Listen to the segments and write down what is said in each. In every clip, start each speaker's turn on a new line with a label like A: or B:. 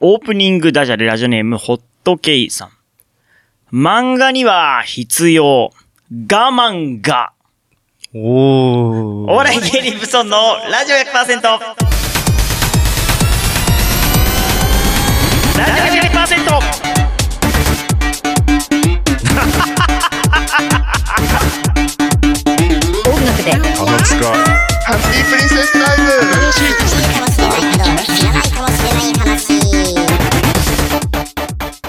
A: オープニングダジャレラジオネーム、ホットケイさん。漫画には必要。我慢が。
B: お
A: お笑い芸人ブソンのラジオ100%。ラジオ100%。
C: 音楽で
D: 鼻つか
E: ハッピープリンセスタイム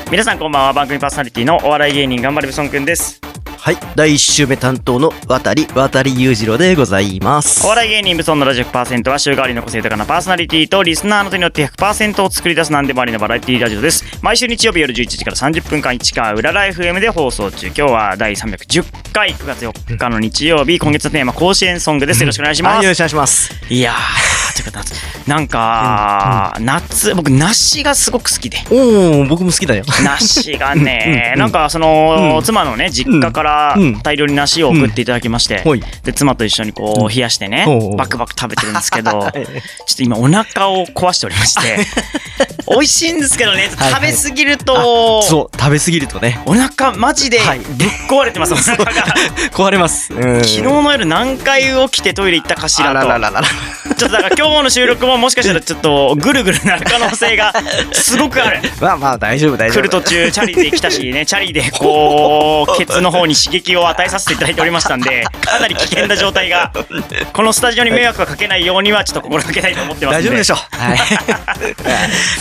A: 皆さんこんばんは。番組パーソナリティのお笑い芸人、頑張れブソンくんです。
B: はい、第1週目担当の渡り、渡り裕次郎でございます。
A: お笑い芸人ブソンのラジオ100%は週替わりの個性豊かなパーソナリティとリスナーの手によって100%を作り出す何でもありのバラエティラジオです。毎週日曜日夜11時から30分間1か裏ライフ M で放送中。今日は第310回9月4日の日曜日、今月のテーマ甲子園ソングです。よろしくお願いしま
B: はい、よ
A: す。
B: ろしくお願いします。
A: いやー、というか夏、なんか、夏、僕梨がすごく好 きで。
B: おー、僕も好きだよ。
A: 梨がね、
B: うん
A: なんかその、
B: うん
A: 妻のね、実家から
B: うん
A: 大量に梨を送っていただきまして、
B: ほい。
A: で、妻と一緒にこう、冷やしてね
B: ほうほ、う
A: バクバク食べてるんですけど、ち ょっと今お腹を壊しておりまして、美味しいんですけどね、
B: はい
A: 食べ過ぎる
B: あ
A: と、
B: そう、食べ過ぎるとね、
A: お腹マジで
B: はい
A: ぶっ壊れてます、お腹が。
B: 壊れます。昨
A: 昨日の夜何回起きてトイレ行ったかしら
B: あららら
A: と。
B: らら。
A: ちょっとだから今日の収録ももしかしたらちょっとぐるぐるなる可能性がすごくある。
B: まあまあ、大丈夫、大丈
A: 来
B: 夫。
A: る途中チャリで来たしねチャリでこうケツの方に刺激を与えさせていただいておりましたんでかなり危険な状態がこのスタジオに迷惑がかけないようにはちょっと心がけたいと思ってますん
B: 大
A: で
B: 丈夫でしょう。 はい。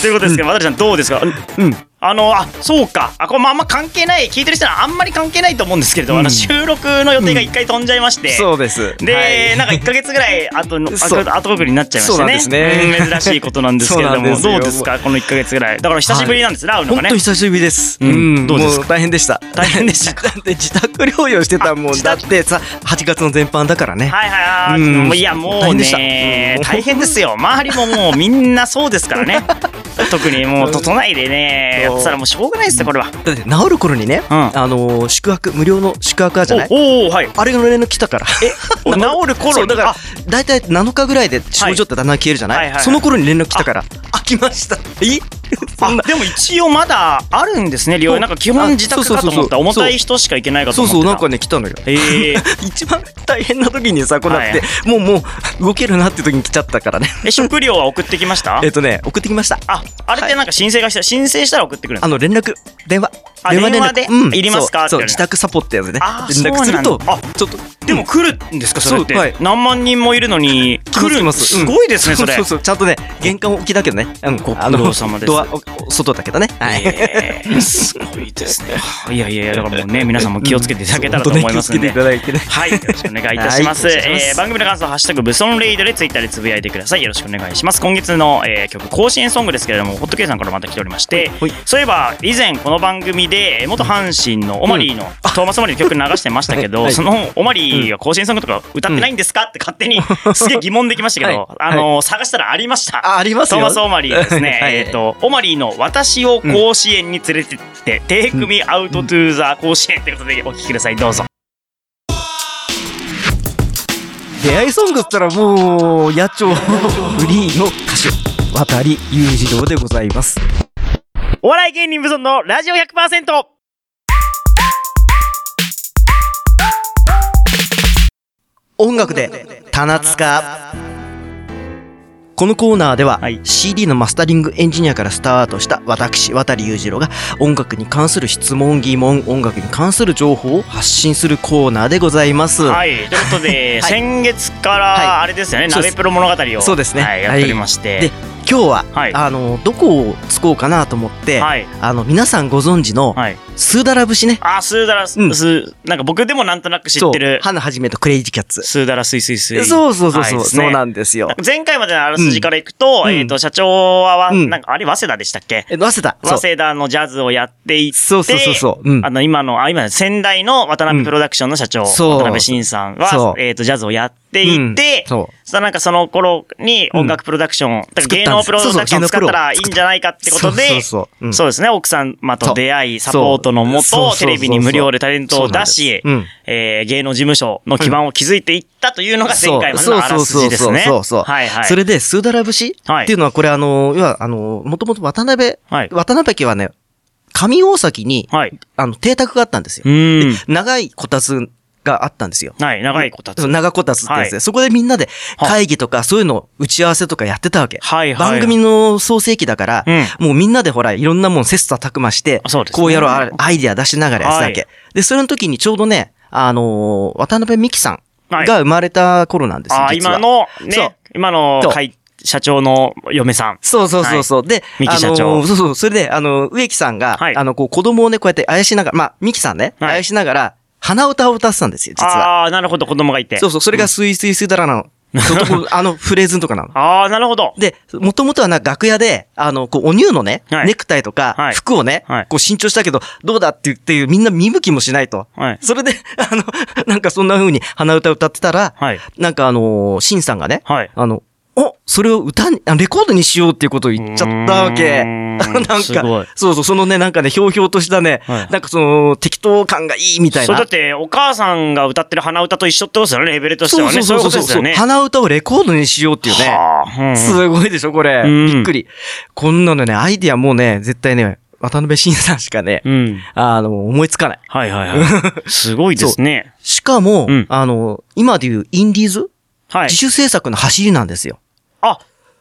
A: ということですけど渡ちゃんどうですか
B: うん。
A: あのあそうかあこれもあんま関係ない聞いてる人はあんまり関係ないと思うんですけれど、
B: うん
A: あの収録の予定が一回飛んじゃいまして、
B: そうです。
A: で、
B: はい
A: なんか1か月ぐらい後の
B: そう
A: あ後送りになっちゃいまし
B: そう
A: て
B: なん
A: ね
B: ですね
A: うん珍しいことなんですけれど
B: そうなん
A: も
B: ですよ
A: どうですかこの1か月ぐらいだから久しぶりなんです、ラウの
B: 本
A: がね
B: 当久しぶりです。
A: うんどうですか
B: も大変でした。
A: 大変でした
B: だって自宅療養してたもん
A: あ
B: だってさ、8月の全般だからね。
A: はいはいはい。
B: うん
A: もういや、もう
B: 大変でした
A: ね
B: う、ん
A: 大変ですよ。周りももうみんなそうですから ね。特にもう都内でね、やってたらもうしょうがないですよ、これは。
B: だって治る頃にね、
A: うん
B: あのー宿泊無料の宿泊あるじゃない。
A: おおーはい。
B: あれの連絡来たから。え、
A: お治る
B: そ
A: 頃
B: うだ
A: に、
B: から
A: あ、
B: 大体7日ぐらいで症状ってだんだん消えるじゃない,、
A: はいはいはい
B: その頃に連絡来たからあ来ましたえそんな
A: あでも一応まだあるんですね、療養。なんか基本自宅かと思った。
B: あそうそうそうそう
A: 重たい人しか行けないかと
B: そ
A: 思って
B: うそう
A: た
B: なんかね来たのよ
A: えー
B: 一番大変な時にさこうなって、もうもう動けるなって時に来ちゃったからね
A: え、食料は送ってきました
B: えっとね送ってきました
A: あ、あれってなんか申請がした、申請したら送ってくるんです
B: あの連絡電話
A: あ電話でいりますか
B: そうそ
A: って
B: う
A: やる
B: 自宅サポってやつね
A: あー
B: 連絡する
A: そう
B: と
A: なんだ
B: ちょっと
A: でも来るんですか、それって。
B: そうはい
A: 何万人もいるのに、来る
B: 来
A: ん
B: ます
A: すごいですね、それ。
B: そうそうそうちゃんとね玄関置きだけどねあの
A: ご苦労様です
B: ドアお外だけどねはい、
A: えーすごいですね。 いやいやいや、だからもうね、皆さんも気をつけていただけたらと思いますんで。
B: 本当ね気をつけていただいてね
A: はい、よろしくお願いいたします。
B: はいお願いします
A: えー番組の感想、ハッシュタグ、ブソンレイドでツイッターでつぶやいてください。よろしくお願いします。今月の、えー曲、甲子園ソングですけれども、ホットケイさんからまた来ておりまして
B: はい、
A: そういえば、以前この番組で、えー元阪神のオマリーの、トーマス・オマリーの曲流してましたけど、
B: はい
A: そのオマリーが甲子園ソングとか歌ってないんですかって勝手に、すげえ疑問できましたけど、
B: はい
A: あのー探したらありました。
B: ああります
A: ト
B: よ、
A: ーマス・オマリーですね
B: はい
A: えっ、とオマリーの「私を甲子園に連れてって、Take me out to the 甲子園」ということでお聞きくださいどうぞ
B: 出会いソングっつったらもう野鳥フリーの歌手渡り裕次郎でございます
A: お笑い芸人無存のラジオ100%
B: 音楽で棚塚このコーナーでは、
A: はい
B: CD のマスタリングエンジニアからスタートした私渡り裕次郎が音楽に関する質問疑問音楽に関する情報を発信するコーナーでございます、
A: はいということで、
B: はい
A: 先月か
B: は
A: らあれですよね、
B: そうです
A: 鍋プロ物語を
B: そうですね
A: はい、やっておりまして、
B: で今日は、
A: はい
B: あのどこをつこうかなと思って、
A: はい
B: あの皆さんご存知の、
A: はい、
B: スーダラ節ね
A: あースーダラス、
B: うん
A: スなんか僕でもなんとなく知
B: そ
A: っ
B: う
A: てる
B: 花はじめとクレイジーキャッツ
A: スーダラスイスイスイ
B: そうそうそうそう、
A: はいですね
B: そうなんですよ。
A: 前回までのあらすじからいくと、
B: うん
A: えっ、と社長はわ、
B: うん
A: なんかあれ早稲田でしたっけ
B: え、早稲田。
A: 早
B: そう
A: 稲田のジャズをやっていて、
B: そうそうそうそううん
A: あの、今の、あ、今、仙台の渡辺プロダクションの社長、
B: そう
A: 渡辺慎さん
B: そ
A: は、
B: う
A: えっ、と、ジャズをやっっていって、
B: うんそう
A: そのなんかその頃に音楽プロダクション、だから芸能プロダクションを使ったらいいんじゃないかってことで、
B: そうそうそううん
A: そうですね、奥様と出会い、
B: そ
A: サ
B: う
A: ポートのも
B: そう
A: と
B: そ
A: テ
B: う、
A: レビに無料でタレントを出し、
B: そうなんです
A: えー芸能事務所の基盤を築いていったというのが前回までのあらすじですね。
B: そうそうそうそうそう。
A: はいはい。
B: それで、スーダラ節
A: はい
B: っていうのは、これあの、要は、あの、もともと渡辺、
A: はい
B: 渡辺家はね、上大崎に、
A: はい。う
B: あの、邸宅があったんですよ。
A: ーん。
B: 長いこたつがあったんですよ。
A: はい、長いこたつ。
B: そう長こたつってやつで、
A: は
B: そこでみんなで
A: は
B: 会議とかそういうの打ち合わせとかやってたわけ。
A: はいはい
B: 番組の創世期だから、
A: う
B: もうみんなでほら、いろんなもん切磋琢磨して、
A: あそうですね
B: こうやろう、あアイディア出しながらやってたわけ。
A: は
B: で、それの時にちょうどね、あのー渡辺美樹さん
A: はい
B: が生まれた頃なんですよ。
A: ああ、
B: 実
A: 今
B: は
A: の、
B: そ
A: ね
B: う、
A: 今の
B: そう
A: 会社長の嫁さん。
B: そうそうそうそう。で、
A: 三木社長
B: あのーそうそう。それで、あのー、植木さんが、
A: はい
B: あの、こう、子供をね、こうやってあやしながら、まあ、三木さんね、
A: はい
B: あやしながら、鼻歌を歌ってたんですよ、実は。
A: ああー、なるほど、子供がいて。
B: そうそう、それがスイスイスイダ ラなの。ちょっとこうあの、フレーズのとかなの。
A: ああ、なるほど。
B: で、もともとはなんか楽屋で、あの、こう、お乳のね、
A: はい
B: ネクタイとか
A: は、い
B: 服をね、
A: はい
B: こう、新調したけど、どうだって言って、みんな見向きもしないと。
A: はい。
B: それで、あの、なんかそんな風に鼻歌歌ってたら、
A: はい。
B: なんかあのー、シンさんがね、
A: はい。
B: あの、おそれを歌に、あレコードにしようっていうことを言っちゃったわけ。
A: うー
B: なん
A: ん
B: か、
A: すごい
B: そうそう、そのね、なんかね、ひょうひょうとしたね、
A: はい
B: なんかその、適当感がいいみたい
A: それだ
B: な
A: っ。て、お母さんが歌ってる鼻歌と一緒ってことですよね、レベルとしてはね。そういうことですよね。
B: 鼻歌をレコードにしようっていうね。
A: はあうん
B: すごいでしょ、これ。
A: うん
B: びっくり。こんなのね、アイディアもうね、絶対ね、渡辺晋さんしかね、
A: うん。
B: あの、思いつかない。
A: はいはい はい。すごいですね。
B: しかも、
A: うん
B: あの、今でいうインディーズ、
A: はい
B: 自。主制作の走りなんですよ。
A: あ、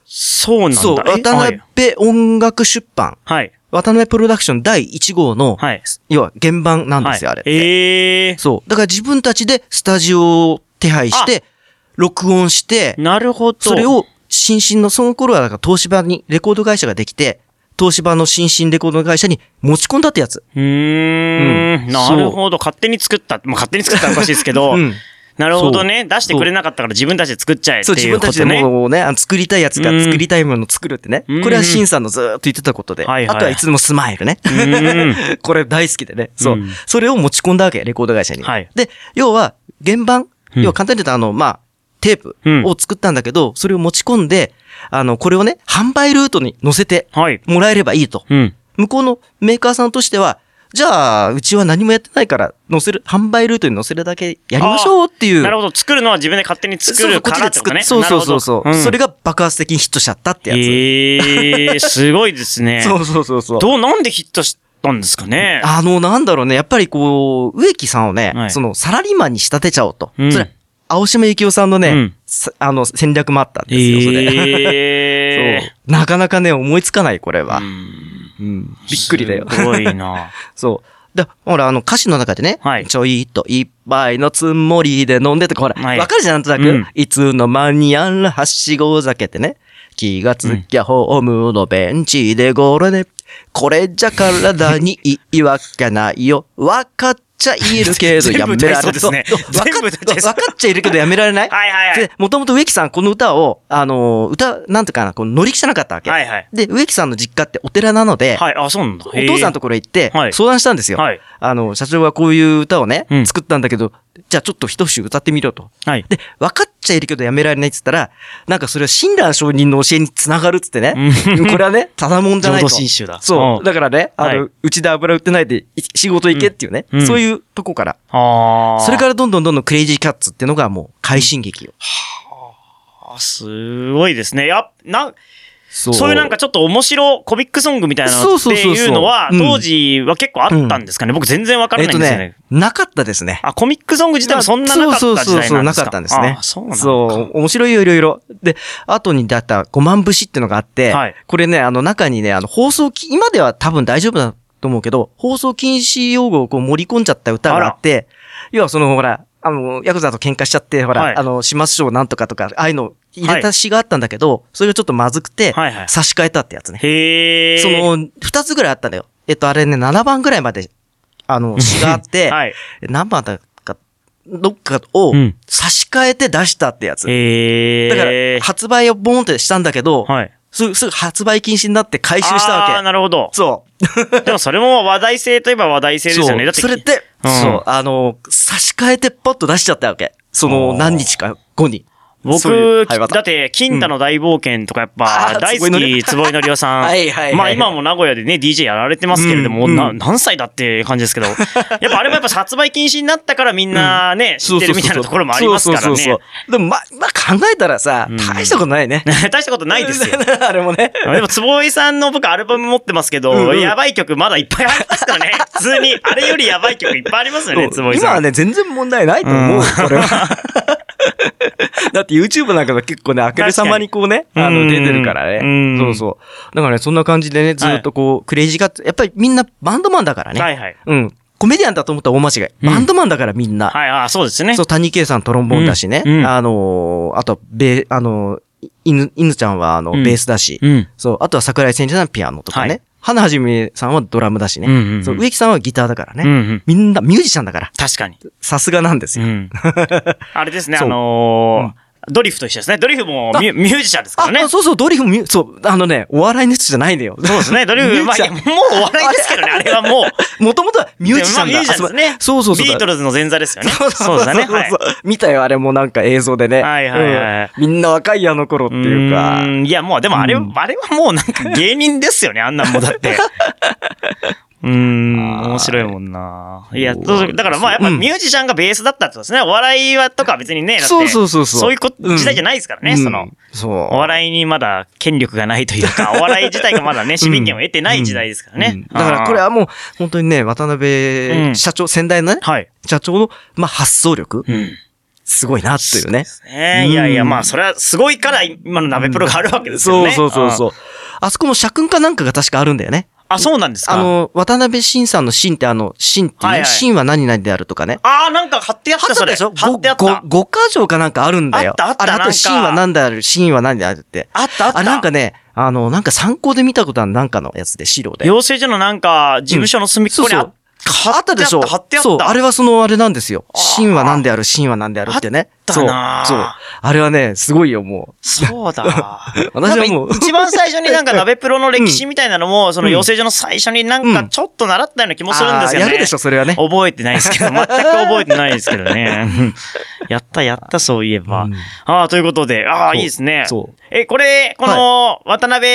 A: そうなんだ。
B: そう、
A: え
B: 渡
A: はい
B: 辺。音楽出版、
A: はい。
B: 渡辺プロダクション第1号の、
A: はい。
B: 要は原版なん
A: は
B: で
A: い
B: すよ、あれ。
A: ええ。
B: そう。だから自分たちでスタジオを手配して、録音して、
A: なるほど。
B: それ、を新進の、その頃はだから東芝にレコード会社ができて、東芝の新進レコード会社に持ち込んだってやつ。
A: うーん。なるほど。勝手に作った。まあ、勝手に作ったらおかしいですけど。
B: うん
A: なるほどね。出してくれなかったから自分たちで作っちゃえって
B: そう、自
A: いう
B: 分
A: こ
B: たち
A: と
B: で
A: ね。
B: もうね、あの作りたいやつ
A: う
B: が
A: ん
B: 作りたいものを作るってね
A: うん。
B: これはシンさんのずーっと言ってたことで。
A: はい
B: あ
A: はい
B: とはいつでもスマイルね。
A: うん。。
B: これ大好きでね。そううんそれを持ち込んだわけ、レコード会社に
A: はい。
B: で、要は、原版、
A: うん
B: 要は簡単に言うとあの、まあ、テープ
A: うん
B: を作ったんだけど、それを持ち込んで、あの、これをね、販売ルートに載せて
A: はい。
B: もらえればいいと。
A: うん。
B: 向こうのメーカーさんとしては、じゃあ、うちは何もやってないから、載せる、販売ルートに載せるだけやりましょうっていう。
A: なる
B: ほ
A: ほど。作るのは自分で勝手に作るからってことね。
B: そうそうそうそ
A: な
B: う。
A: るほどん
B: それが爆発的にヒットしちゃったってやつ。
A: え え、すごいですね。
B: そうそうそうそう。
A: どう、なんでヒットしたんですかね。
B: あの、なんだろうね、やっぱりこう、植木さんをね、
A: はい
B: その、サラリーマンに仕立てちゃおうと。
A: うん
B: それ、青島幸男さんのね、
A: うん
B: さあの、戦略もあったんですよ、それ。
A: ええ。
B: そうなかなかね、思いつかない、これは。
A: うん
B: うんびっくりだよ。
A: すごい な。
B: そう。だほら、あの、歌詞の中でね、
A: はい
B: ちょいと一杯のつもりで飲んでとか、ほら、わ、
A: はい
B: かるじゃん、なんとなく、
A: うん
B: いつの間にやらはしご酒ってね。気がつきゃホームのベンチでゴロで、これじゃ体にいいわけないよ。わかっちゃいるけどやめられ
A: 全部歌いそうですね
B: そうわか
A: 全部歌っちゃいそう
B: わかっちゃいるけどやめられない
A: はいはいはい
B: で、もともと植木さんこの歌を、あのー歌、なんていうかな、こう乗り気じゃなかったわけ。
A: はいはい。
B: で、植木さんの実家ってお寺なので、
A: はい、あ、そうなんだ。
B: お父さんのと
A: か。
B: ころへ行って
A: は、い
B: 相談したんですよ。
A: はい
B: あの、社長はこういう歌をね
A: う、ん
B: 作ったんだけど、じゃあちょっと一節歌ってみろと。
A: はい。
B: で、分かっちゃいるけどやめられないって言ったら、なんかそれは親鸞上人の教えにつながるっつってね。これ はね、ただもんじゃないと。
A: 浄土真宗だ
B: そうう。
A: ん
B: だからね、あ
A: は
B: の、うちで油売ってないでい仕事行けっていうね
A: うんう。ん
B: そういうとこから。
A: ああ。
B: それからどんどんどんどんクレイジーキャッツっていうのがもう快進撃を。
A: あ、すごいですね。や、な、
B: そ
A: そういうなんかちょっと面白コミックソングみたいな
B: そ
A: の
B: う
A: っ
B: そう
A: て
B: そうそう
A: いうのは、
B: うん
A: 当時は結構あったんですかね。僕全然わから
B: えっ
A: ない
B: と
A: んですよ
B: ね
A: ね。、
B: なかったですね。
A: あ、コミックソング自体もそんななかった時代なんですか
B: そうそうそうそう、なかったんですね。
A: あそうなんだ。
B: そう、面白いよ、いろいろ。で、後にだった5万節ってのがあって、
A: はい
B: これね、あの中にね、あの放送き、今では多分大丈夫だと思うけど、放送禁止用語をこう盛り込んじゃった歌があって、要はそのほら、あの、ヤクザと喧嘩しちゃって、ほら、
A: はい
B: あの、始末書をなんとかとか、ああいうの入れた詩があったんだけど、それがちょっとまずくて、
A: はいはい
B: 差し替えたってやつね。
A: へえ。
B: そ、の、二つぐらいあったんだよ。えっと、あれね、7番ぐらいまで、あの、詩があって、
A: はい。
B: 何番だか、どっかを
A: うん
B: 差し替えて出したってやつ。
A: へえ。
B: だから、発売をボーンってしたんだけど、
A: はい。
B: すぐすぐ発売禁止になって回収した
A: ああ、
B: わけ。
A: なるほど。
B: そう。
A: でもそれも話題性といえば話題性ですよね。だって、
B: それで、
A: うん
B: そう、あの、差し替えてポッと出しちゃったわけ。その
A: あー
B: 何日か後に。
A: 僕、
B: そういうはいまた
A: だって、金太の大冒険とかやっぱ、
B: うんあー
A: 大好
B: 坪井の
A: き、
B: り
A: 坪井のりおさん。
B: はいはいはい
A: まあ今も名古屋でね、DJ やられてますけれども、
B: うん
A: な
B: うん
A: 何歳だっていう感じですけ ど、やっぱあれもやっぱ発売禁止になったからみんなね、知
B: そ
A: っ
B: う
A: て
B: そう
A: る
B: そ
A: み
B: う
A: たい
B: そ
A: な
B: う
A: ところもありますから
B: そうそう
A: ね
B: そ。うでも、ま、まあ、考えたらさ
A: うん、
B: 大したことないね。
A: 大したことないですよ。
B: あれもね。
A: でも、坪井さんの僕アルバム持ってますけど、
B: うんうん
A: やばい曲まだいっぱいありますから ね。普通に、あれよりやばい曲いっぱいありますよね、
B: そう
A: 坪井
B: 今
A: さ
B: は
A: ん。
B: ね、全然問題ないと思
A: う
B: う、
A: ん
B: これは。 だって YouTube なんかが結構ね、あけるさまにこうね、
A: かに
B: あ
A: う
B: の、
A: ん
B: 出てるから
A: うん
B: ね。そうそう。だからね、そんな感じでね、ずっとこう、クレイジーガッツ、やっぱりみんなバンドマンだからね。
A: はいはい。
B: うん。コメディアンだと思ったら大間違い。
A: うん
B: バンドマンだからみんな。
A: はい、ああ、そうですね
B: そ。う、谷圭さんトロンボーンだしね。
A: うんうん
B: あのーあと、べ、あのー、い犬、犬ちゃんはあの、
A: うん
B: ベースだし。
A: うん。
B: そう、あとは桜井千里さんはピアノとかね。
A: はい
B: 花はじめさんはドラムだしね。
A: うんうんうん
B: そう、植木さんはギターだからね。
A: うんうん。
B: みんなミュージシャンだから。
A: 確かに。
B: さすがなんです
A: う
B: よ。
A: ん。あれですね、あ
B: そう
A: のードリフと一緒ですね。ドリフもミュミュージシャンですからね
B: あ、。そうそう、ドリフもミュ、そう、あのね、お笑いの人じゃないんだよ。
A: そうですね、ドリフ、
B: ミュ
A: ま
B: ー
A: あ、
B: ジ
A: い
B: シャ
A: や
B: ン
A: もうお笑いです けどね、あれはもう。
B: もともとはミュージシャン
A: でもまあミュー
B: だ。
A: ジシャンですね。
B: あそうそうそう。
A: ビートルズの前座ですよね。
B: そう
A: です
B: だ
A: ね。はい。
B: 見たよ、あれもなんか映像でね。
A: はいはいはい
B: うんみんな若いあの頃っていうか。
A: ーんいや、もう、でもあれ、
B: うん
A: あれはもうなんか芸人ですよね、あんなんもんだ って。うーん、面白いもんな。いや、そうだからまあやっぱ
B: うん
A: ミュージシャンがベースだったってことですね。お笑いはとか別にね、だって
B: そうそうそうそう
A: そういうこ
B: うん
A: 時代じゃないですからね、
B: うん
A: その。
B: そう。
A: お笑いにまだ権力がないという か、お笑い自体がまだね、市民権を得てない時代ですから
B: うん
A: ね。
B: だからこれはもう、本当にね、渡
A: うん
B: 辺社長、先代のね
A: あ、ー、はい。
B: 社長の、まあ、発想力、
A: うん。
B: すごいな、というね。
A: ねいやいや、
B: うん
A: まあ、それはすごいから、今の鍋プロがあるわけですよ
B: そう
A: ね。
B: そうそう
A: う
B: そ
A: ん。
B: う。あそこの社訓かなんかが確かあるんだよね。
A: あ、そうなんですか。
B: あの、渡辺晋さんの晋ってあの、晋って
A: はい
B: い
A: は
B: う、
A: い
B: 晋は何々であるとかね。
A: あー、なんか貼ってあっ
B: は
A: た、それ。
B: でしょ
A: 貼ってあっ
B: ご
A: た。
B: ご箇条かなんかあるんだよ。
A: あったあった
B: れ
A: なんか
B: 晋は何である、晋は何であるって。
A: あったあった。
B: あ、なんかね、あの、なんか参考で見たことある、なんかのやつで、資料で。
A: 養成所のなんか、事務所の隅っこにあ
B: うん
A: っ貼
B: あったでしょ
A: 貼ってあった。
B: そう、あれはそのあれなんですよ。
A: ー
B: シーンは何である、シーンは何であるってね。
A: あったなー
B: そう。そう。あれはね、すごいよ、も
A: そうだ。
B: 私はもう
A: なんか一番最初になんか鍋プロの歴史みたいなのも、そ の養成所の最初になんかちょっと習ったような気
B: う。
A: もするんですよね。
B: あーやるでしょ、それはね。
A: 覚えてないですけど、全く覚えてないですけどね。やったやった、そういえば。
B: うん
A: ああ、ということで、ああ、
B: そう
A: いいですね。
B: そう
A: え、これ、この、渡辺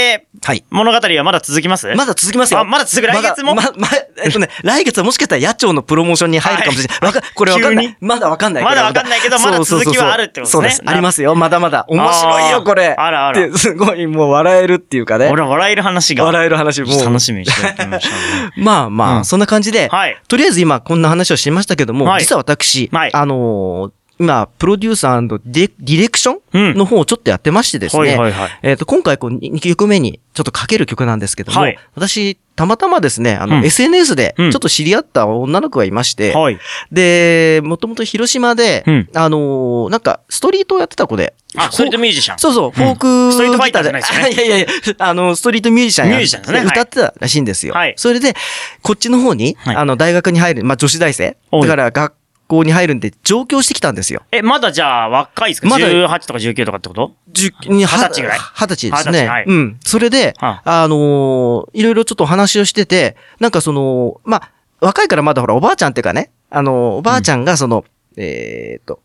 B: はい。
A: 物語はまだ続きます
B: まだ続きます
A: あ
B: よ。
A: まだ続く来月も
B: まだま、ま、えっとね、 来月はもしかしたら野鳥のプロモーションに入るかもしれない。わか、これわかんな
A: 急に
B: い。まだわかんないけど。
A: まだわかんないけどまだ
B: そうそうそう
A: 続きはあるってことですね
B: そうです。ありますよ、まだまだ。面白い
A: あー
B: よ、これ。
A: あらあら
B: ってすごい、もう笑えるっていうかね
A: 俺。は笑える話が。
B: 笑える話、もう。
A: 楽しみにしておきましょうね。
B: まあまあ、
A: うん
B: そんな感じで、
A: はい
B: とりあえず今こんな話をしましたけども、
A: はい
B: 実は私、
A: はい
B: あのー今、プロデューサーディディレクショ
A: うん
B: ンの方をちょっとやってましてですね、
A: はいはいはい
B: えっ、と、今回こう2曲目にちょっとかける曲なんですけども、
A: はい
B: 私、たまたまですね、あ
A: う
B: の、
A: ん
B: SNS で、ち
A: う
B: ょ
A: ん
B: っと知り合った女の子がいまして、
A: はい。
B: で、もともと広島で、
A: うん
B: あのーなんか、ストリートをやってた子で、
A: あ、それとミュージシャン。
B: そうそう、フォーク、
A: ストリートファイターじゃないですよね
B: いやいやいや、あの、ストリートミュージシャンや
A: ミュージシャンですねはい
B: 歌ってたらしいんですよ。
A: はい
B: それで、こっちの方に、
A: はい
B: あの、大学に入る、まあ、女子大生。
A: おい
B: だから、学校に入るんで、上京してきたんですよ。
A: え、まだじゃあ若いですか
B: まだ
A: ?18 とか19とかってこと
B: 十
A: 二十歳ぐらい
B: 二
A: 二
B: 十歳です
A: 十歳
B: ね。
A: はい
B: うん。それで、
A: は
B: あのーいろいろちょっとお話をしてて、なんかその、まあ、若いからまだほら、おばあちゃんっていうかね、あのーおばあちゃんがその、えーっと、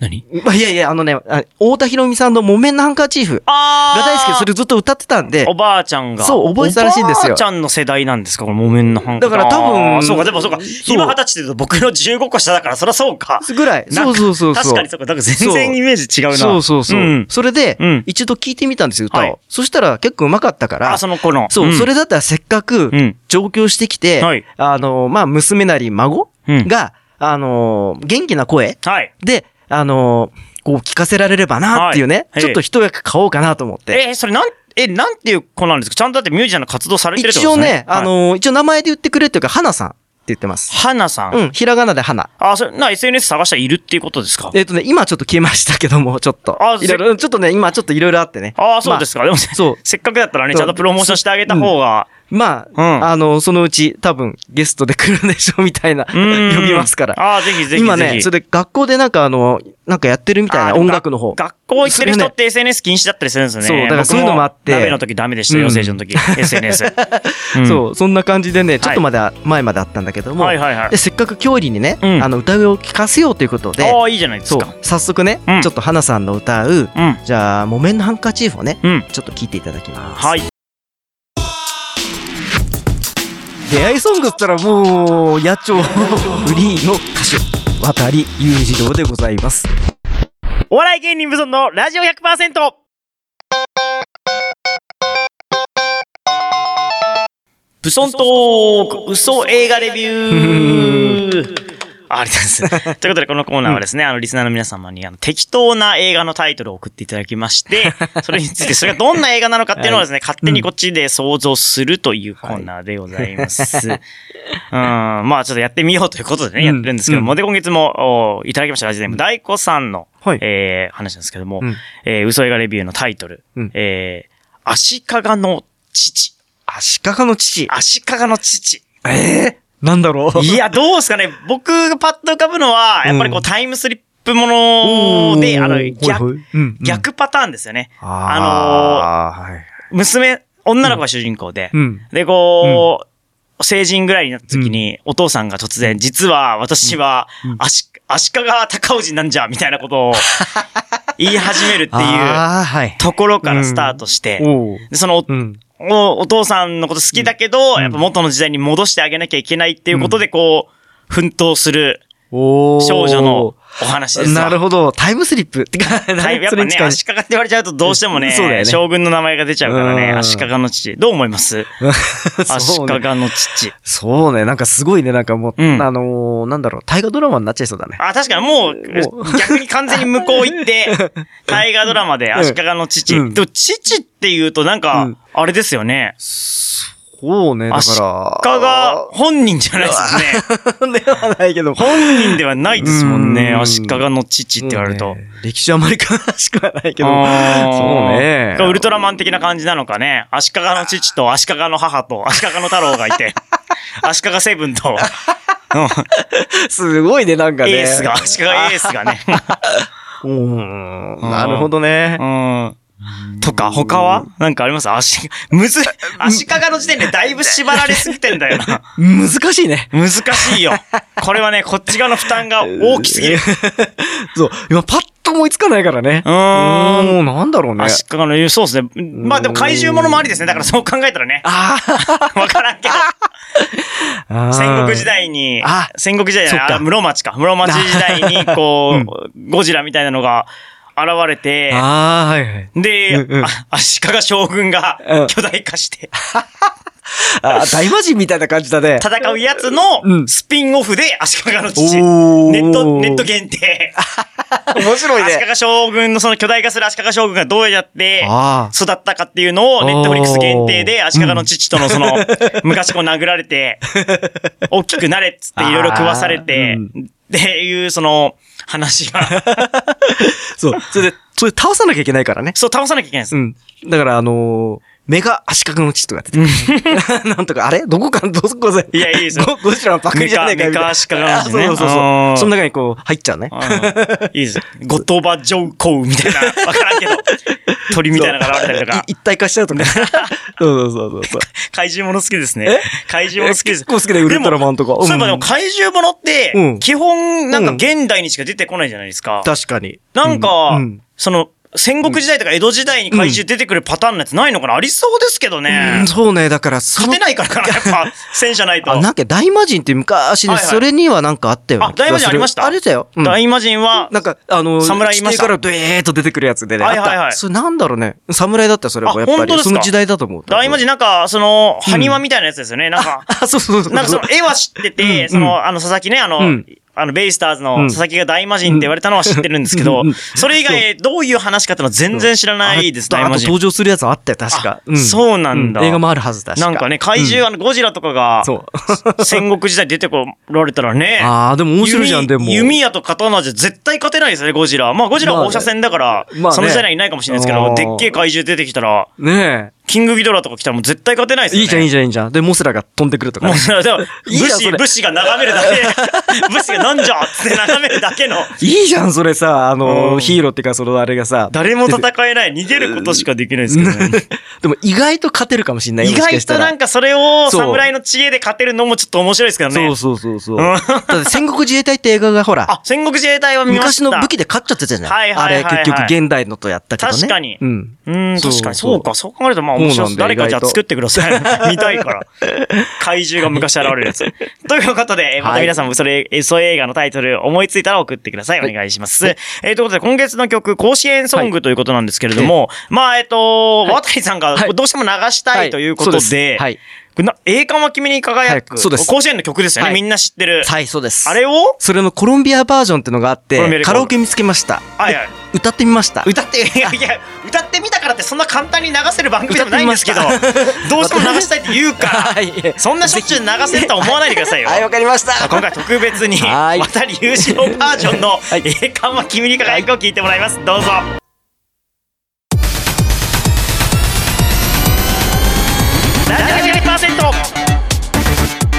A: 何
B: まあ、いやいや、あのね、あ太田博美さんの木綿のハンカチーフ
A: あ
B: が
A: あ
B: 大好きで、それずっと歌ってたんで
A: お、ばあちゃんが。
B: そう覚えてたらしいんですよ
A: おばあちゃんの世代なんですかこの木綿のハンカチ
B: だから多分
A: あーそうか、でもそうか。
B: そう
A: 今二十歳で言うと僕の15個下だから、そりゃそうか。
B: ぐらい。
A: なん
B: そ
A: か
B: うそうそうそう。
A: 確かにそうか。だから全然イメージ違うな。
B: そうそうそう。
A: ん
B: それで、
A: うん
B: 一度聞いてみたんですよ、歌を。
A: はい
B: そしたら結構うまかったから。
A: あ、その子の。
B: そう、
A: ん
B: それだったらせっかく
A: うん、
B: 上京してきて、
A: はい
B: あの、まあ、娘なり孫
A: うん
B: が、あの、元気な声
A: はい。
B: で、あの、こう聞かせられればなっていうね、
A: はい
B: ちょっと一役買おうかなと思って。
A: えー、それなん、え、なんていう子なんですかちゃんとだってミュージシャンの活動されてるってこ
B: 一
A: とです
B: 応
A: ね。
B: ね、あ
A: はい、
B: の、一応名前で言ってくれっていうか、花さんって言ってます。
A: 花さん。
B: うん、ひらがなで花。
A: あ、それ、な、SNS 探したらいるっていうことですか
B: えっ、とね、今ちょっと消えましたけども、ちょっと。
A: あ
B: いろいろ、ちょっとね、今ちょっといろいろあってね。
A: ああ、そうですか。でも、
B: そう
A: せっかくだったらね、ちゃんとプロモーションしてあげた方が。
B: まあ、
A: うん
B: あの、そのうち多分ゲストで来るんでしょうみたいな、呼
A: うん
B: びますから。
A: ああ、ぜひぜひぜひ。
B: 今ね、それで学校でなんかあの、なんかやってるみたい
A: あ
B: な、
A: ー
B: 音楽の方。
A: 学校行ってる
B: それ
A: 人
B: ね
A: って SNS 禁止だったりするんですよね。
B: そうだからそういうのもあっ
A: 僕
B: て
A: ダメの時ダメでした
B: う
A: よ、
B: ん
A: 成長の時。SNS。う
B: そう、そんな感じでね、ちょっとまだ、前まであったんだけど
A: ん。
B: も、
A: はいはいはい
B: で。せっかく郷里にね、
A: うん
B: あの歌声を聴かせようということで、
A: ああ、いいじゃないです
B: そう
A: か。、
B: 早速ね、
A: うん
B: ちょっと花さんの歌う、
A: うん。
B: じゃあ、木綿のハンカチーフをね、
A: うん。
B: ちょっと聴いていただきます。
A: はい。
B: 出会いソングっつったらもう、野鳥フリーの歌手、渡り裕次郎でございます。
A: お笑い芸人無存のラジオ 100%! ブソントーク嘘映画レビュー あありがとうございます。ということで、このコーナーはですね、あの、リスナーの皆様に、あの、適当な映画のタイトルを送っていただきまして、 それについて、それがどんな映画なのかっていうのをです ね、勝手にこっちで想像するというコーナーでござい ます。うん、まあ、ちょっとやってみようということでね、やってるんですけども、で、今月も、おいただきました、ラジオネーム、大子さんの、
B: はい
A: えー話なんですけども、
B: うん
A: えー嘘映画レビューのタイトル、
B: うん
A: えー足利の父。
B: 足利の父。
A: 足利の父。
B: ええなんだろう。
A: いや、どうですかね僕がパッと浮かぶのは、やっぱりこ
B: う
A: う、タイムスリップもので、あの、逆、
B: 逆、
A: 逆パターンですよね。
B: あのー、はい。
A: 娘、女の子が主人公で、
B: うん。
A: で、こう、成人ぐらいになった時に、お父さんが突然、実は私は
B: うん、
A: 足、足利高氏なんじゃ、みたいなことを言い始めるっていう
B: ああ、はい。
A: ところからスタートして、
B: おう
A: でそのお、
B: うん。
A: おお父さんのこと好きだけど、
B: ん
A: やっぱ元の時代に戻してあげなきゃいけないっていうことで、こう、奮闘する
B: おー
A: 少女のお話ですわ。
B: なるほど。タイムスリップ。ってか、
A: タイやっぱね、足利って言われちゃうとどうしてもね、
B: そうだよね
A: 将軍の名前が出ちゃうからね、
B: うん
A: 足利の父。どう思います 足
B: そう
A: 利
B: ね。
A: の父。
B: そうね。なんかすごいね。なんかもう、
A: うん
B: あのー、なんだろう。大河ドラマになっちゃいそうだね。
A: あ、確かにもう、
B: も
A: 逆に完全に向こう行 って、大河ドラマで足利の父。
B: うん
A: でも、父って言うとなんか、
B: うん
A: あれですよね。
B: そうね。だ
A: 足利
B: から。
A: 本人じゃないですね。
B: 足利 ではないけど。
A: 本人ではないですもんね。
B: うん
A: 足利の父って言われると。
B: そうね。歴史あまり悲しくはないけど。
A: あー
B: そうね。
A: ウルトラマン的な感じなのかね。足利の父と足利の母と足利の太郎がい て、足利セブンと、
B: すごいね。なんかね。
A: エースが、足利エースが ね。
B: うーん。なるほどね。
A: うん。とか、他はなんかあります足、むずい、足利の時点でだいぶ縛られすぎてんだよな。
B: 難しいね。
A: 難しいよ。これはね、こっち側の負担が大きす ぎる。う
B: そう。今、パッと思いつかないからね。
A: ーん。
B: ん。なんだろうね。
A: 足利の、そうですね。まあでも怪獣ものもありですね。だからそう考えたらね。
B: あ
A: わからんけど。
B: あ。
A: 戦国時。代に
B: あ、
A: 戦国時代じゃない
B: そっか
A: あ室町か。室町時代に、 こう、ゴジラみたいなのが現れて、
B: ああ、はいはい。
A: で、
B: うんうん
A: あ足利将軍が
B: うん
A: 巨大化して、
B: ああ、大魔神みたいな感じだね。
A: 戦うやつ
B: う
A: の
B: ん
A: スピンオフで足利の父。
B: おー
A: ネット、ネット限定。
B: 面白い
A: 足
B: ね。
A: 利将軍のその巨大化する足利将軍がどうやって
B: あ
A: 育ったかっていうのを
B: あー
A: ネットフリックス限定で足利の父とのその昔こう殴られて大きくなれっつっていろいろ食わされて
B: あ
A: っていうその話 が
B: そう。それで、それ倒さなきゃいけないからね。
A: そう倒さなきゃいけないんです。
B: うん。だから、あのー、メガ足利の地とか出 てくる。なんとか、あれどこか、どこか
A: いやいいですよ
B: ゴゴジラのパクリじゃねえかみたいな。
A: メカメカ足利の地ね
B: あそうそう
A: あ
B: そ
A: ー
B: う。その中にこう、入っちゃうね。
A: うんいいです。ゴトバジョウコウみたいな、わからん けど、鳥みたいなのが現れたりと
B: そ
A: か
B: うい、一体化しちゃ うとか。そうそうそうそう。
A: 怪獣もの好きですね。怪獣もの好きです。
B: 結構好きだよウルトラマンとか
A: でも
B: うん
A: そういえばでも怪獣ものっ
B: う
A: て
B: ん、
A: 基本なんか
B: うん
A: 現代にしか出てこないじゃないですか。
B: 確かに。
A: なんか
B: ううん、
A: その、戦国時代とか江戸時代に怪獣出てくるパターンのやつないのかなありそうですけど
B: う
A: ね
B: ん。そうね、だから、そ
A: 勝
B: の
A: てないからかな、やっぱ、戦じゃないと
B: あ、。なんか大魔神って昔ね、
A: はいはい
B: それにはなんかあったよね。
A: あ大魔神ありました
B: あれだよ。うん
A: 大魔神は、
B: なんか、あの、
A: 侍いました
B: 地底からドエーっと出てくるやつでね。
A: はいはいはい
B: あったそれなんだろうね。侍だったよそれ
A: あ
B: はやっぱ
A: 本当で
B: り。
A: すか
B: その時代だと思う。
A: 大魔神なんか、その、埴輪みたいなやつですよね。なんか、
B: あ、 そうそうそう。
A: なんかその絵は知って
B: うんう
A: て、
B: ん
A: その、あの、佐々木ね、あの
B: うん、
A: あの、ベイスターズの佐々木が大魔人って言われたのは知ってるんですけど
B: うんうん、
A: それ以外、どういう話かってのは全然知らないです、
B: あ
A: 大
B: あと
A: 魔
B: 登
A: 人。
B: 場するやつあったよ、確か
A: あ。そうなんだ
B: 映画もあるはず、確か。
A: なんかね、怪
B: うん
A: 獣、あの、ゴジラとかが、
B: そう。
A: 戦国時代に出てこられたらね、
B: ああ、でも面白いじゃん、
A: 弓
B: でも。
A: 弓矢と刀じゃ絶対勝てないですよね、ゴジラ。まあ、ゴジラは放射線だから、
B: まあねまあね
A: その時代にはいないかもしれないですけ
B: あ
A: ど、
B: ー
A: でっけえ怪獣出てきたら、
B: ねえ。
A: キングギドラとか来たらもう絶対勝てないですよね。
B: いいじゃん、いいじゃん、いいじゃん。で、モスラが飛んでくるとか、
A: も
B: ね
A: う。それでも、
B: いいじ
A: 武
B: ゃんそ
A: 士、
B: れ
A: 武士が眺めるだ け、武士がなんじゃっつって眺めるだけの、
B: いいじゃん、それさ、あの、
A: うん
B: ヒーローっていうか、そのあれがさ。
A: 誰も戦えない、逃げることしかできないですけどね。
B: でも意外と勝てるかもしんないよ
A: 意
B: もしか
A: 外
B: した
A: と
B: ら
A: なんかそれを
B: そう
A: 侍の知恵で勝てるのもちょっと面白いですけどね。
B: そうそうそうそう。
A: うん
B: だって戦国自衛隊って映画がほら
A: あ、、戦国自衛隊は見まし
B: 昔
A: た。
B: の武器で勝っちゃってたじゃな。
A: はいいはいはいはい
B: あれ結局現代のとやったけどね。
A: 確かに
B: うん。
A: うーん、
B: そう
A: 確かに。そうか、そう考えるとまあ面白いです。
B: そうなんだ
A: 誰かじゃ
B: 意外
A: あ
B: と
A: 作ってください。 見たいから。怪獣が昔現れるやつ。ということで、えーま
B: は
A: た
B: い
A: 皆さんもそれ、えーそういう映画のタイトル思いついたら送ってください。お願いします。えーということで、今月の曲、甲子園ソングということなんですけれども、まあ、えっと、渡さんが
B: はい
A: どうしても流したいということ
B: はそう
A: で、
B: すはい。
A: これな栄冠は君に輝
B: は
A: く。
B: いそうです
A: 甲子園の曲ですよね。
B: はい
A: みんな知ってる。
B: はい、そうです。
A: あれを
B: それのコロンビアバージョンってのがあっ
A: コロンビア
B: て、
A: レコー
B: カ
A: ド
B: ラオケ見つけました。
A: はいはい。
B: 歌ってみました。
A: 歌って、いやいや、歌ってみたからってそんな簡単に流せる番組でもないんですけど
B: 歌ってみまし、た
A: どうしても流したいって言うか
B: はい
A: ら、そんなしょっちゅう流せ るとは思わないでくださいよ。
B: はい、わかりまし
A: まあ
B: た。
A: 今回特別に、
B: はい
A: また優勝バージョンの
B: はい
A: 栄冠は君に輝くを聞いてもらいます。どうぞ。72%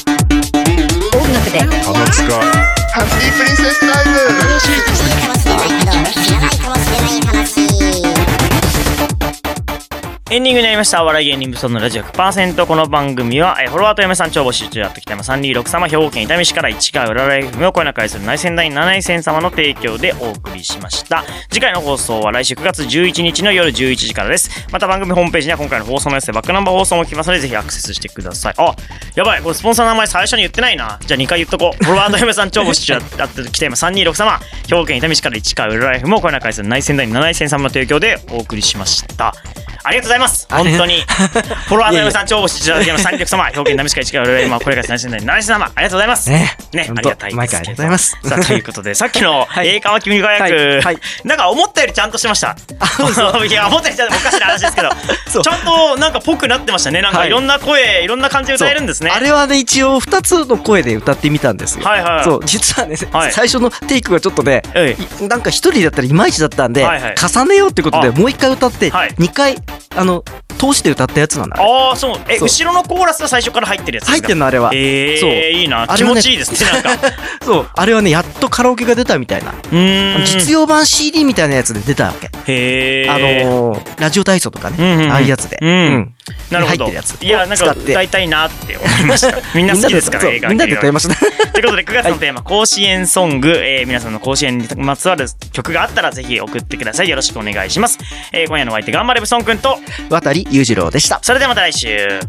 C: 音楽で楽しく
E: Happy Princess Time!
A: エンディングになりました。お笑い芸人武装のラジオ100%。この番組は、えーフォロワーと嫁さん超募集中やってきた山326様、兵庫県伊丹市から市川浦和 FM を声な会する内戦第7戦様の提供でお送りしました。次回の放送は来週9月11日の夜11時からです。また番組ホームページには今回の放送のやつでバックナンバー放送も聞きますので、ぜひアクセスしてください。あ、やばい。これスポンサーの名前最初に言ってないな。じゃあ2回言っと こう。フォロワーと嫁さん超募集中やってきた山326様、兵庫県伊丹市から市川浦和 FM を声な会する内戦第7戦様の提供でお送りしました。ありがとうございます。
B: あ
A: 本
B: れ
A: 当に。 フォロワーの皆さん、超ご視聴いただきました。三陸様、表現なみしか一から俺今、これが最新代、七様、ありがとうございます。
B: ね
A: ね、あ
B: 本
A: り
B: 当
A: がたいですけど。
B: 毎回ありがとうございます
A: さあ、ということで、さっきの、
B: い
A: ええかわ君が
B: は
A: や
B: い
A: く
B: はい、
A: なんか思ったよりちゃんとしてました。 いや、思ったよりちゃんとおかしな話ですけ
B: そ
A: ど、
B: う
A: ちゃんとなんかぽくなってましたね。なんか
B: はい
A: いろんな声、いろんな感じで
B: そう
A: 歌えるんですね。
B: あれはね、一応二つの声で歌ってみたんですよ。
A: はいはい
B: そう、実はね、
A: はい
B: 最初のテイクがちょっとね、
A: え
B: いなんか一人だったらいまいちだったんで、
A: はいはい
B: 重ねようってこと
A: あ
B: でもう一回歌って
A: はい
B: 二回、あの通して歌ったやつなんだ
A: ああ、そう。え、
B: そう
A: 後ろのコーラスは最初から入ってるやつで
B: 入
A: す
B: っ
A: か
B: てんのあれは、そ
A: ええ、いいな。
B: あ
A: 気
B: れは
A: 持
B: ね
A: ちいいですね、なんか。 う
B: うそうあれはねやっとカラオケが出たみたいな
A: ーん。
B: 実用版 CD みたいなやつで出たわけ、
A: へえ。
B: あのー、ラジオ体操とかね、
A: うんうんうん
B: ああいうやつで、
A: うんなるほど。
B: 入ってるやつ
A: いや、なん
B: 使
A: か、
B: って
A: 歌いたいなって思いました。みんな好きですから、
B: そう
A: 映画
B: みんなで歌いま
A: し
B: した ね
A: ということで、9月のテーマ、甲子園ソング、えー皆さんの甲子園にまつわる曲があったら、ぜひ送ってください。よろしくお願いします。えー今夜のお相手、頑張れブソンくんと、
B: 渡り裕次郎でした
A: それではまた来週。